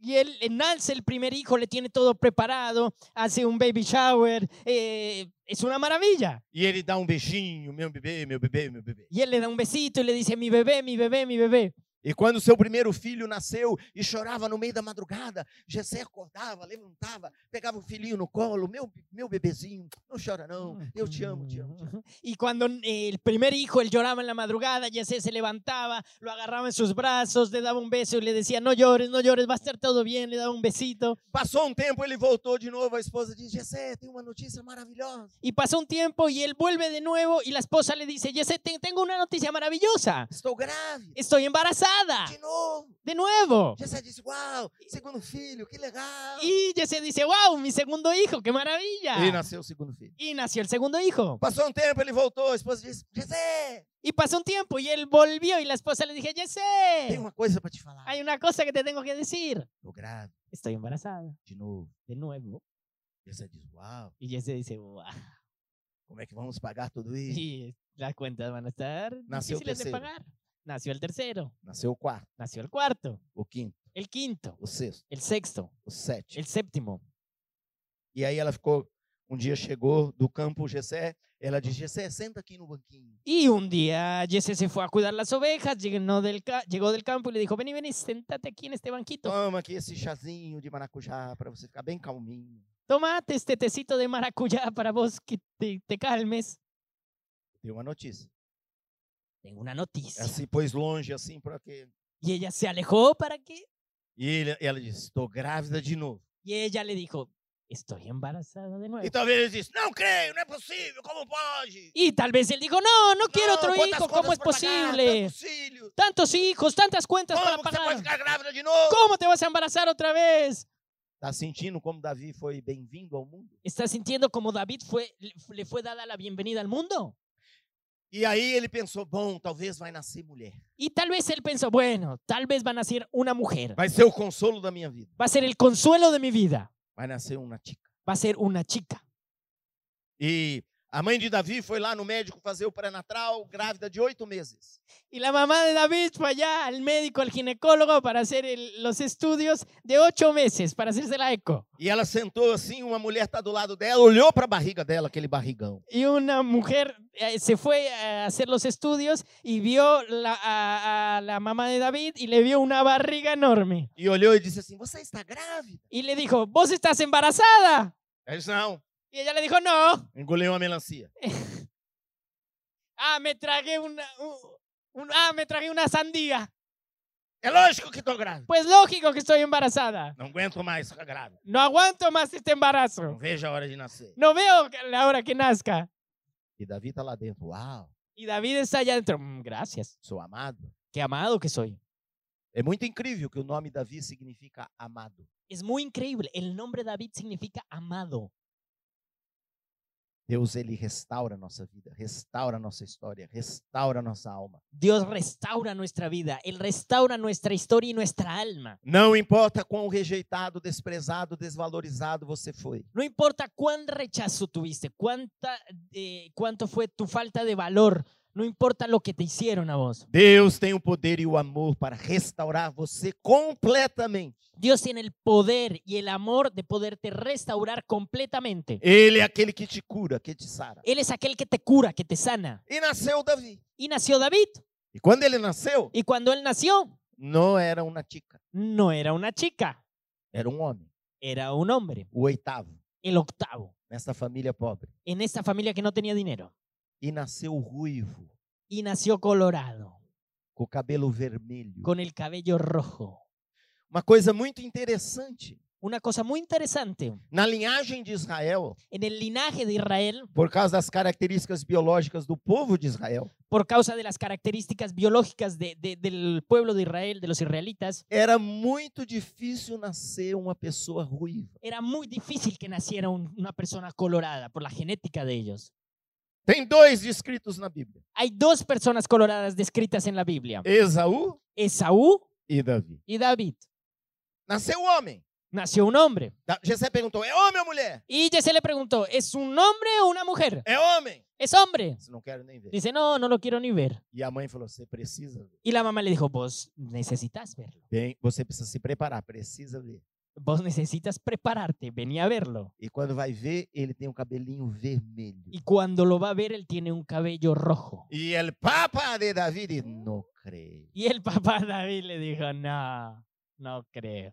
Y él eh, nace el primer hijo, le tiene todo preparado, hace un baby shower. eh, es una maravilla.
E ele dá um beijinho, meu bebê, meu bebê, meu bebê.
Y él le da un besito y le dice, mi bebé, mi bebé, mi bebé.
E quando seu primeiro filho nasceu e chorava no meio da madrugada, Jessé acordava, levantava, pegava o filhinho no colo, meu, meu bebezinho, não chora não, eu Oh, te amo, te amo. te amo.
Y cuando eh, el primer hijo, él lloraba en la madrugada, Jesse se levantaba, lo agarraba en sus brazos, le daba un beso y le decía, no llores, no llores, va a estar todo bien, le daba un besito.
Passou um tempo, ele voltou de novo, a esposa diz, Jessé, tem uma notícia maravilhosa.
Y pasó un tiempo y él vuelve de nuevo y la esposa le dice, Jesse, te- tengo una noticia maravillosa,
Estou grávida.
estoy embarazada,
De novo.
de nuevo.
Jessé diz, uau, segundo filho, que legal.
Y Jesse dice, wow, mi segundo hijo, qué
E
maravilla.
nasceu o segundo filho.
Y nació el segundo hijo.
Passou um tempo, ele voltou, a esposa diz, Jessé,
Y pasó un tiempo y él volvió y la esposa le dije,
tem
Jesse,
uma coisa para te falar.
hay una cosa que te tengo que decir.
Estou grávida,
Estoy embarazada,
de novo.
de nuevo.
Jessé diz, uau.
Y Jesse dice, wow.
Como é que vamos pagar tudo isso?
Y las cuentas van a estar
Nació el
difíciles de
tercero.
pagar. Nació el tercero,
Nasceu o quarto,
nació el cuarto,
o quinto,
el quinto,
o sexto,
el sexto,
o sétimo.
el séptimo.
E aí ela ficou. Um dia chegou do campo o Gessé, ela disse: Gessé, senta aqui no banquinho.
Y un día Jesse se fue a cuidar las ovejas, llegó del, ca- llegó del campo y le dijo, vení, vení, sentate aquí en este banquito.
Toma aqui esse chazinho de maracujá para você ficar bem calminho.
Tomate este tecito de maracuyá para vos que te, te calmes.
Deu uma notícia.
Tengo una noticia.
Ela se pôs longe assim para quê?
Y ella se alejó para que...
E ele- ela disse: Estou grávida de novo.
Y ella le dijo, estoy embarazada de nuevo.
E talvez ele disse: Não creio, não é possível, como pode?
Y tal vez él dijo, no, no quiero
Não,
otro
quantas
hijo,
contas
¿cómo es
pra pagar,
posible?
tantos filhos,
Tantos hijos, tantas cuentas para
Como que você pode
pagar.
ficar grávida de novo?
¿Cómo te vas a embarazar otra vez?
Está sentindo como Davi foi bem-vindo ao mundo?
¿Estás sintiendo como David fue, le- le fue dada la bienvenida al mundo?
E aí ele pensou: bom, talvez vai nascer mulher.
Y tal vez él pensó, bueno, tal vez va a nacer una mujer.
Vai ser o consolo da minha vida.
Va a ser el consuelo de mi vida.
Vai nascer um uma tica.
Va a ser una chica.
E a mãe de Davi foi lá no médico fazer o pré-natal, grávida de oito meses.
Y la mamá de David fue allá al médico, al ginecólogo, para hacer el- los estudios de ocho meses, para hacerse la eco.
E ela sentou assim, uma mulher está do lado dela, olhou para a barriga dela, aquele barrigão.
Y una mujer eh, se fue a hacer los estudios y vio la- a, a la mamá de David y le vio una barriga enorme.
E olhou e disse assim: Você está grávida?
Y le dijo, vos estás embarazada.
Ela disse: Não,
Y ella le dijo, no.
engoliu uma melancia.
Ah, me tragué una, un- un- ah, me tragué una sandía.
É lógico que estou grávida.
Pues lógico que estoy embarazada.
Não aguento mais ficar grávida.
No aguanto más este
Não
embarazo.
vejo a hora de nascer.
No veo la hora que nazca.
E Davi está lá dentro. Uau,
Y David está allá adentro. "Mm, Gracias.
sou amado.
Qué amado que soy.
É muito incrível que o nome Davi significa amado.
Es muy increíble. El nombre David significa amado.
Deus ele restaura a nossa vida, restaura a nossa história, restaura a nossa alma.
Dios restaura nuestra vida. Él restaura nuestra historia y nuestra alma.
Não importa quão rejeitado, desprezado, desvalorizado você foi.
No importa cuán rechazo tuviste, cuánta, eh, cuánto fue tu falta de valor. No importa lo que te hicieron a vos.
Deus tem o poder e o amor para restaurar você completamente.
Dios tiene el poder y el amor de poderte restaurar completamente.
Ele é aquele que te cura, que te sara.
Él es aquel que te cura, que te sana.
E nasceu Davi.
Y nació David.
E quando ele nasceu,
Y cuando él nació,
não era uma tica,
no era una chica,
era um homem,
era un hombre,
o oitavo,
el octavo,
nessa família pobre.
en esta familia que no tenía dinero.
E nasceu ruivo,
Y nació colorado,
com o cabelo vermelho.
con el cabello rojo.
Uma coisa muito interessante.
Una cosa muy interesante,
Na linhagem de Israel,
en el linaje de Israel,
por causa das características biológicas do povo de Israel,
por causa de las características biológicas de- de- del pueblo de Israel, de los israelitas,
era muito difícil nascer uma pessoa ruiva.
era muy difícil que naciera un- una persona colorada por la genética de ellos.
Tem dois descritos na Bíblia:
Hay dos personas coloradas descritas en la Biblia,
Esaú
Esaú
e Davi.
y David.
Nasceu homem.
Nació un homem.
Da- Jessé perguntou: é homem ou mulher?
Y Jesse le preguntó, ¿es un hombre o una mujer?
É homem.
Es hombre.
Disse, não quero nem ver.
Dice, no, no lo quiero ni ver.
E a mãe falou: você precisa ver.
Y la mamá le dijo, vos necesitas verlo.
Bem, você precisa se preparar, precisa ver.
Vos necesitas prepararte, vení a verlo.
E quando vai ver, ele tem um cabelinho vermelho.
Y cuando lo va a ver, él tiene un cabello rojo.
E el Papa de Davi diz: não creio.
Y el papá David le dijo, no, no creo.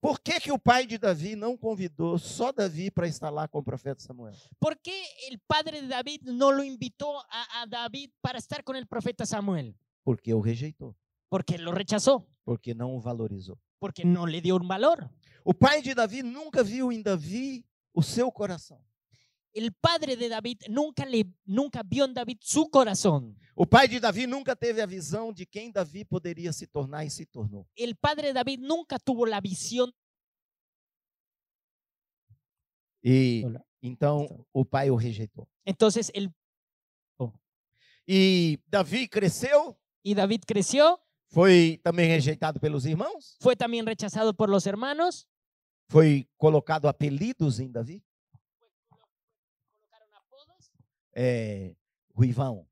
Por que, que o pai de Davi não convidou só Davi para estar lá com o profeta Samuel?
¿Por qué el padre de David no lo invitó a, a David para estar con el profeta Samuel?
Porque o rejeitou,
Porque lo rechazó,
porque não o valorizou.
porque no le dio un valor.
O pai de Davi nunca viu em Davi o seu coração.
El padre de David nunca, le, nunca vio en David su corazón.
O pai de Davi nunca teve a visão de quem Davi poderia se tornar e se tornou.
el padre David nunca tuvo la visión.
E
Olá.
então o pai o rejeitou.
Entonces, el,
E Davi cresceu,
y David creció,
foi também rejeitado pelos irmãos,
fue también rechazado por los hermanos,
foi colocado apelidos em Davi,
colocaron apodos
é, ruivão,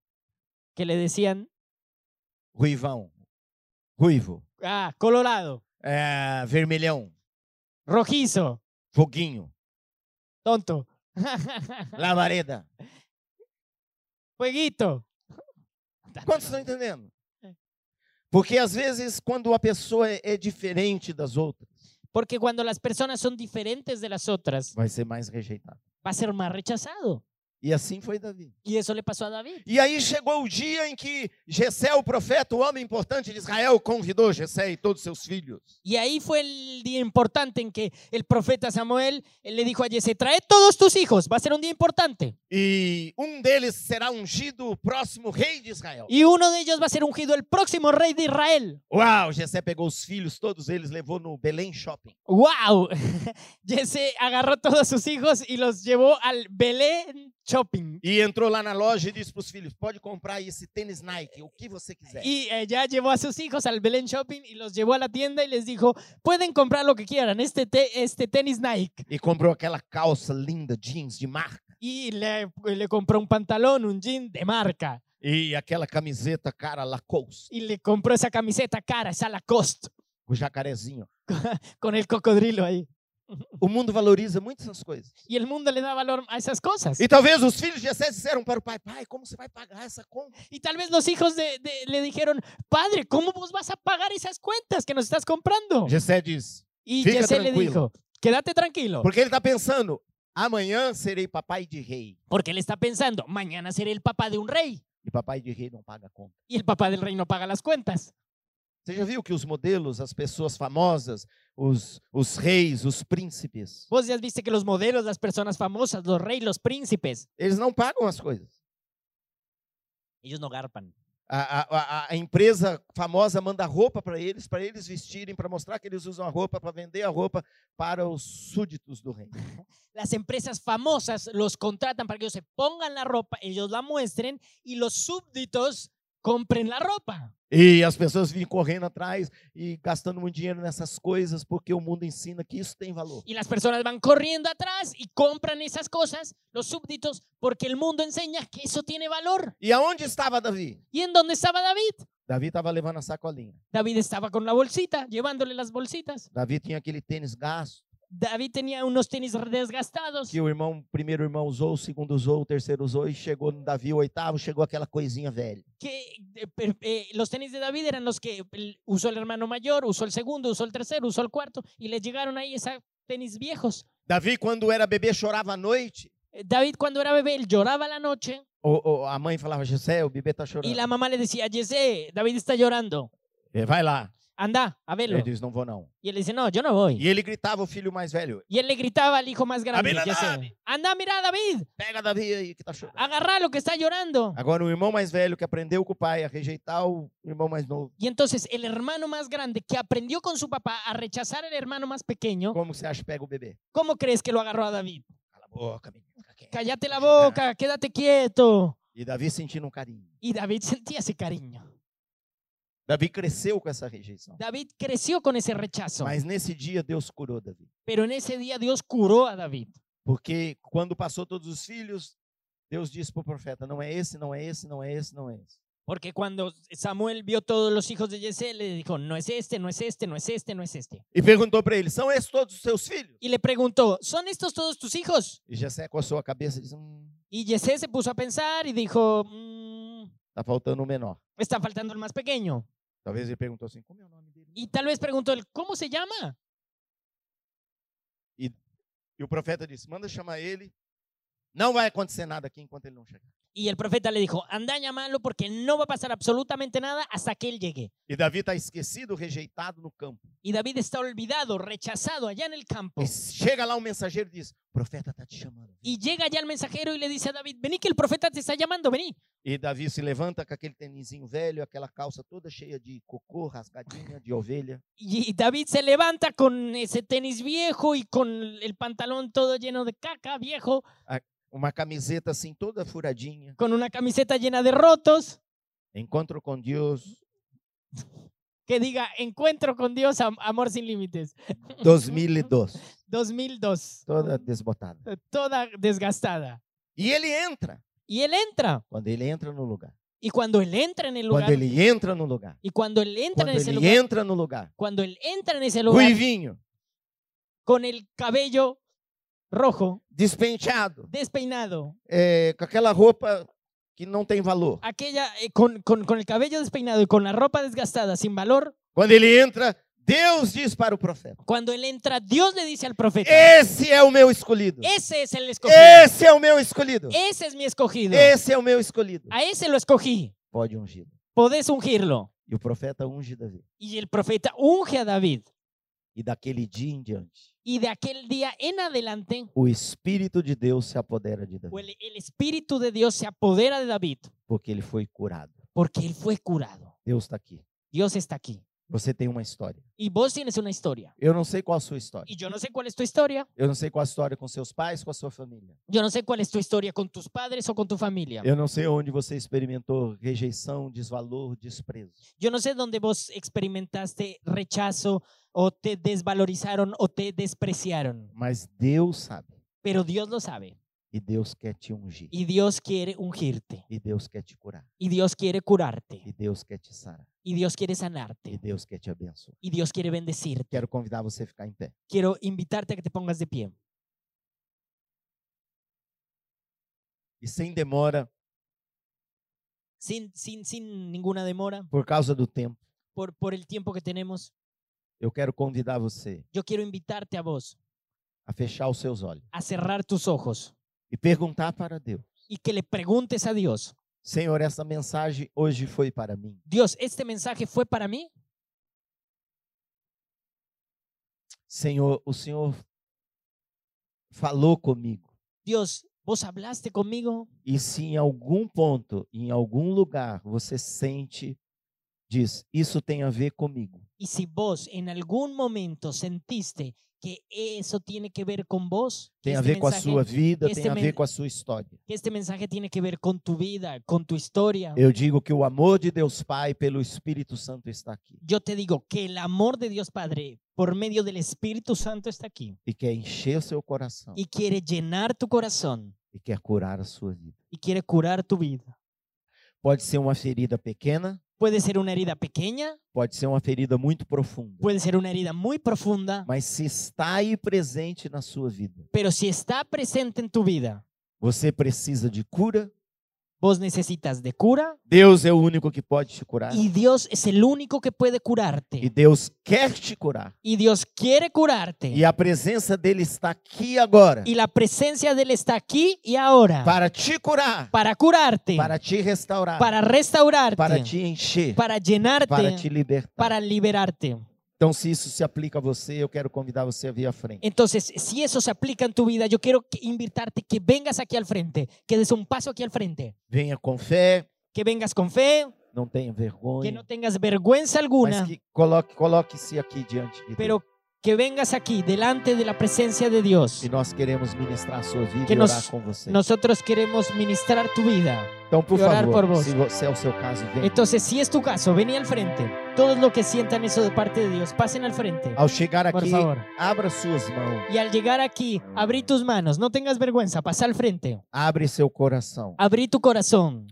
que le decían,
ruivão, ruivo.
ah, colorado,
É, vermelhão,
rojizo,
foguinho,
tonto,
labareda.
fueguito.
Quantos estão entendendo? Porque às vezes, quando a pessoa é, é diferente das outras,
Porque cuando las personas son diferentes de las otras,
vai ser mais rejeitada.
va a ser más rechazado.
E assim foi Davi.
Y eso le pasó a David.
E aí chegou o dia em que Gessé, o profeta, o homem importante de Israel, convidou Gessé e todos seus filhos.
Y ahí fue el día importante en que el profeta Samuel él le dijo a Jesse, trae todos tus hijos, va a ser un día importante.
E um deles será ungido o próximo rei de Israel.
Y uno de ellos va a ser ungido el próximo rey de Israel.
Uau, Gessé pegou os filhos, todos eles, levou no Belém Shopping.
¡Wow! Jesse agarró todos sus hijos y los llevó al Belén Shopping.
E entrou lá na loja e disse para os filhos, pode comprar esse tênis Nike, o que você quiser.
Y eh, ya llevó a sus hijos al Belén Shopping y los llevó a la tienda y les dijo, pueden comprar lo que quieran, este, te- este tenis Nike.
E comprou aquela calça linda, jeans de marca.
Y le, le compró un pantalón, un jean de marca.
E aquela camiseta, cara, Lacoste.
Y le compró esa camiseta cara, esa Lacoste,
O jacarezinho.
con el cocodrilo ahí.
O mundo valoriza muito essas coisas.
Y el mundo le da valor a esas cosas.
E talvez os filhos de Jessé disseram para o pai, pai, como você vai pagar essa conta?
Y tal vez los hijos de- de- le dijeron, padre, ¿cómo vos vas a pagar esas cuentas que nos estás comprando?
Jessé disse,
Y
Fica
Jesse le
tranquilo.
dijo, quédate tranquilo,
porque ele está pensando, amanhã serei papai de rei.
porque él está pensando, mañana seré el papá de un rey
E papai de rei não paga conta.
y el papá del rey no paga las cuentas.
Você já viu que os modelos, as pessoas famosas, os, os reis, os príncipes,
Vos ya viste que los modelos, las personas famosas, los reyes, los príncipes,
eles não pagam as coisas.
ellos no garpan.
A, a- a- a empresa famosa manda roupa para eles, para eles vestirem, para mostrar que eles usam a roupa, para vender a roupa para os súditos do reino.
Las empresas famosas los contratan para que ellos se pongan la ropa, ellos la muestren y los súbditos compren la ropa.
E as pessoas vêm correndo atrás e gastando muito dinheiro nessas coisas, porque o mundo ensina que isso tem valor.
Y las personas van corriendo atrás y compran esas cosas, los súbditos, porque el mundo enseña que eso tiene valor.
E aonde estava Davi?
¿Y en dónde estaba David?
Davi estava levando a sacolinha.
David estaba con la bolsita, llevándole las bolsitas.
Davi tinha aquele tênis gasto
David tenía unos tenis desgastados.
que o irmão, o primeiro irmão usou, o segundo usou, o terceiro usou e chegou no Davi o oitavo, chegou aquela coisinha velha.
que eh, per- eh, los tenis de David eran los que el- usó el hermano mayor, usó el segundo, usó el tercero, usó el cuarto, y le llegaron ahí esos tenis viejos.
Davi, quando era bebê, chorava à noite.
Eh, David cuando era bebé, él lloraba a la noche
O, o- a mãe falava, José, o bebê está chorando.
y la mamá le decía, Jesse, David está llorando,
Ele, Vai lá.
anda a verlo.
Ele diz, não vou não.
Y él dice, no, yo no voy.
E ele gritava o filho mais velho,
Y él le gritaba al hijo más grande,
David,
"Jesse,
anda".
anda, mira David,
pega Davi aí que está chorando.
agarra lo que está llorando.
Agora o irmão mais velho que aprendeu com o pai a rejeitar o irmão mais novo,
Y entonces el hermano más grande que aprendió con su papá a rechazar al hermano más pequeño,
como que você acha que pega o bebê?
¿cómo crees que lo agarró a David?
Cala a boca, menino. fica quieto.
Cállate la
Deixa eu dar.
boca, quédate quieto.
E Davi sentindo um carinho.
Y David sentía ese cariño.
Davi cresceu com essa rejeição.
David creció con ese rechazo.
Mas nesse dia Deus curou Davi.
Pero en ese día Dios curó a David.
Porque quando passou todos os filhos, Deus disse para o profeta: não é esse, não é esse, não é esse, não é esse.
Porque cuando Samuel vio todos los hijos de Jesse, le dijo, no es este, no es este, no es este, no es este.
E perguntou para ele: são esses todos os seus filhos?
Y le preguntó, ¿son estos todos tus hijos?
E Jessé coçou a cabeça e disse: hum,
Y Jesse se puso a pensar y dijo, "Mm,
tá faltando o menor.
está faltando el más pequeño.
Talvez ele perguntou assim: como é o nome dele?
Y tal vez preguntó, él, ¿cómo se llama?
E o profeta disse: manda chamar ele. Não vai acontecer nada aqui enquanto ele não chegar.
Y el profeta le dijo, anda a llamarlo porque no va a pasar absolutamente nada hasta que él llegue.
E Davi está esquecido, rejeitado no campo.
Y David está olvidado, rechazado allá en el campo.
E chega lá o mensageiro e diz: o profeta está te chamando.
Y llega ya el mensajero y le dice a David, vení que el profeta te está llamando, vení.
E Davi se levanta com aquele tenizinho velho, aquela calça toda cheia de cocô, rasgadinha, de ovelha.
Y David se levanta con ese tenis viejo y con el pantalón todo lleno de caca viejo,
uma camiseta assim toda furadinha,
con una camiseta llena de rotos,
encontro com Deus
que diga, encuentro con Dios, am- amor sin límites,
2002,
2002,
toda desbotada.
eh, toda desgastada.
E ele entra.
Y él entra.
Quando ele entra no lugar.
Y cuando él entra en el lugar,
Quando ele entra no lugar.
y cuando él entra
Quando
en ese
ele
lugar,
entra no lugar.
cuando él entra en ese lugar
Ruivinho,
con el cabello rojo,
despenteado,
despeinado,
é, com aquela roupa que não tem valor.
aquella eh, con, con- con el cabello despeinado y con la ropa desgastada, sin valor,
Quando ele entra, Deus diz para o profeta:
cuando él entra, Dios le dice al profeta,
Esse é o meu escolhido.
ese es el escogido,
Esse é o meu escolhido.
ese es mi escogido,
Esse é o meu escolhido.
a ese lo escogí,
Pode ungir.
podés ungirlo.
E o profeta unge Davi.
Y el profeta unge a David.
E daquele dia em diante,
Y de aquel día en adelante,
o Espírito de Deus se apodera de Davi,
el, el Espíritu de Dios se apodera de David
porque ele foi curado.
porque él fue curado.
Deus está aqui.
Dios está aquí.
Você tem uma história.
Y vos tienes una historia.
Eu não sei qual a sua história.
Y yo no sé cuál es tu historia.
Eu não sei qual a história com seus pais, com a sua família.
Yo no sé cuál es tu historia con tus padres o con tu familia.
Eu não sei onde você experimentou rejeição, desvalor, desprezo.
Yo no sé dónde vos experimentaste rechazo o te desvalorizaron o te despreciaron,
Mas Deus sabe.
pero Dios lo sabe
E Deus quer te ungir.
y Dios quiere ungirte
E Deus quer te curar.
y Dios quiere curarte
E Deus quer te sarar.
y Dios quiere
E
sanarte
Deus quer te abençoar.
y Dios quiere bendecirte.
Quero convidar você a ficar em pé.
Quiero invitarte a que te pongas de pie
E sem demora,
sin, sin, sin ninguna demora
por causa do tempo,
por, por el tiempo que tenemos.
eu quero convidar você
Yo quiero invitarte a vos
a fechar os seus olhos
a cerrar tus ojos
e perguntar para Deus.
y que le preguntes a Dios,
Senhor, essa mensagem hoje foi para mim.
Dios, ¿este mensaje fue para mí?
Senhor, o Senhor falou comigo.
Dios, Vos hablaste conmigo.
E se em algum ponto, em algum lugar, você sente, diz, isso tem a ver comigo.
Y si vos en algún momento sentiste que eso tiene que ver con vos, que
Tem a
este
ver com a
mensaje-
sua vida,
esse
tem a
men-
ver com a sua história.
que este mensaje tiene que ver con tu vida, con tu historia,
Eu digo que o amor de Deus Pai pelo Espírito Santo está aqui
yo te digo que el amor de Dios Padre por medio del Espíritu Santo está aquí
e quer encher o seu coração
y quiere llenar tu corazón
e quer curar a sua vida.
y quiere curar tu vida.
Pode ser uma ferida pequena,
Puede ser una herida pequeña,
pode ser uma ferida muito profunda,
puede ser una herida muy profunda,
mas se está aí presente na sua vida,
pero si está presente en tu vida,
você precisa de cura.
vos necesitas de cura
Deus é o único que pode te curar
y Dios es el único que puede
e
curarte
Deus quer te curar.
y Dios quiere curarte.
E a presença dele está aqui agora
Y la presencia de Él está aquí y ahora
para te curar,
para curarte,
para te restaurar,
para restaurarte,
para te encher,
para llenarte,
para
para,
te libertar.
liberarte.
Então, se isso se aplica a você, eu quero convidar você a vir à frente.
Entonces, si eso se aplica en tu vida, yo quiero que- invitarte que vengas aquí al frente, que des un paso aquí al frente,
Venha com fé,
que vengas con fe,
não tenha
que
vergonha,
no tengas vergüenza alguna,
mas que coloque, coloque-se aqui diante de Deus.
pero que vengas aquí delante de la presencia de Dios.
E nós queremos ministrar a sua vida
Que
e
nós-
orar com você.
Nosotros queremos ministrar tu vida.
então, por
e orar
favor,
por Então, vós.
se você é o seu caso, venha.
Entonces, si es tu caso, vení al frente. Todos los que sientan eso de parte de Dios, pasen al frente.
Ao chegar
Por
aqui,
favor.
abra suas mãos,
Y al llegar aquí, abrí tus manos, no tengas vergüenza, pasa al frente,
abre seu coração.
abrí tu corazón.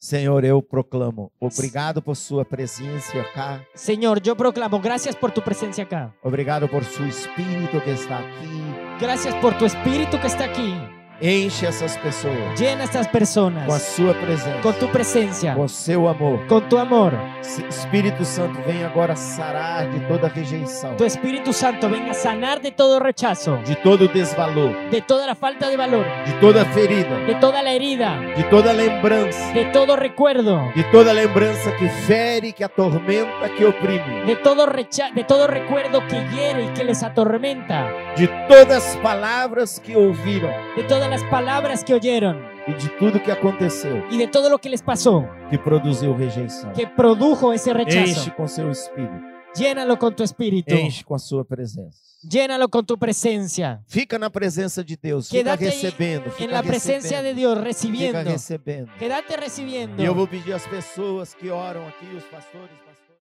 Senhor, eu proclamo, obrigado por sua presença cá,
Señor, yo proclamo gracias por tu presencia acá,
obrigado por seu espírito que está aqui.
gracias por tu espíritu que está aquí,
Enche essas pessoas
llena a estas
com a
personas
sua presença,
con tu presencia,
com seu amor.
con tu amor.
Se- Espírito Santo, vem agora sarar de toda rejeição,
Tu Espíritu Santo venga a sanar de todo rechazo,
de todo desvalor,
de toda la falta de valor,
de toda ferida,
de toda la herida,
de toda lembrança,
de todo recuerdo,
de toda lembranza que fere, que atormenta, que oprime,
de todo, recha- de todo recuerdo que hiere y que les atormenta,
de todas as palavras que ouviram
de todas las palabras que oyeron
e de tudo que aconteceu
y de todo lo que les pasó.
que produziu rejeição.
que produjo ese rechazo.
Enche com seu espírito, Então,
Llénalo con tu espíritu.
enche com a sua presença.
Llénalo con tu presencia.
Fica na presença de Deus, fica
Quédate aí
recebendo, fica
En la presencia de
recebendo,
Dios,
fica
recibiendo.
recebendo.
Quédate
E eu
recibiendo.
vou pedir às pessoas que oram aqui, os pastores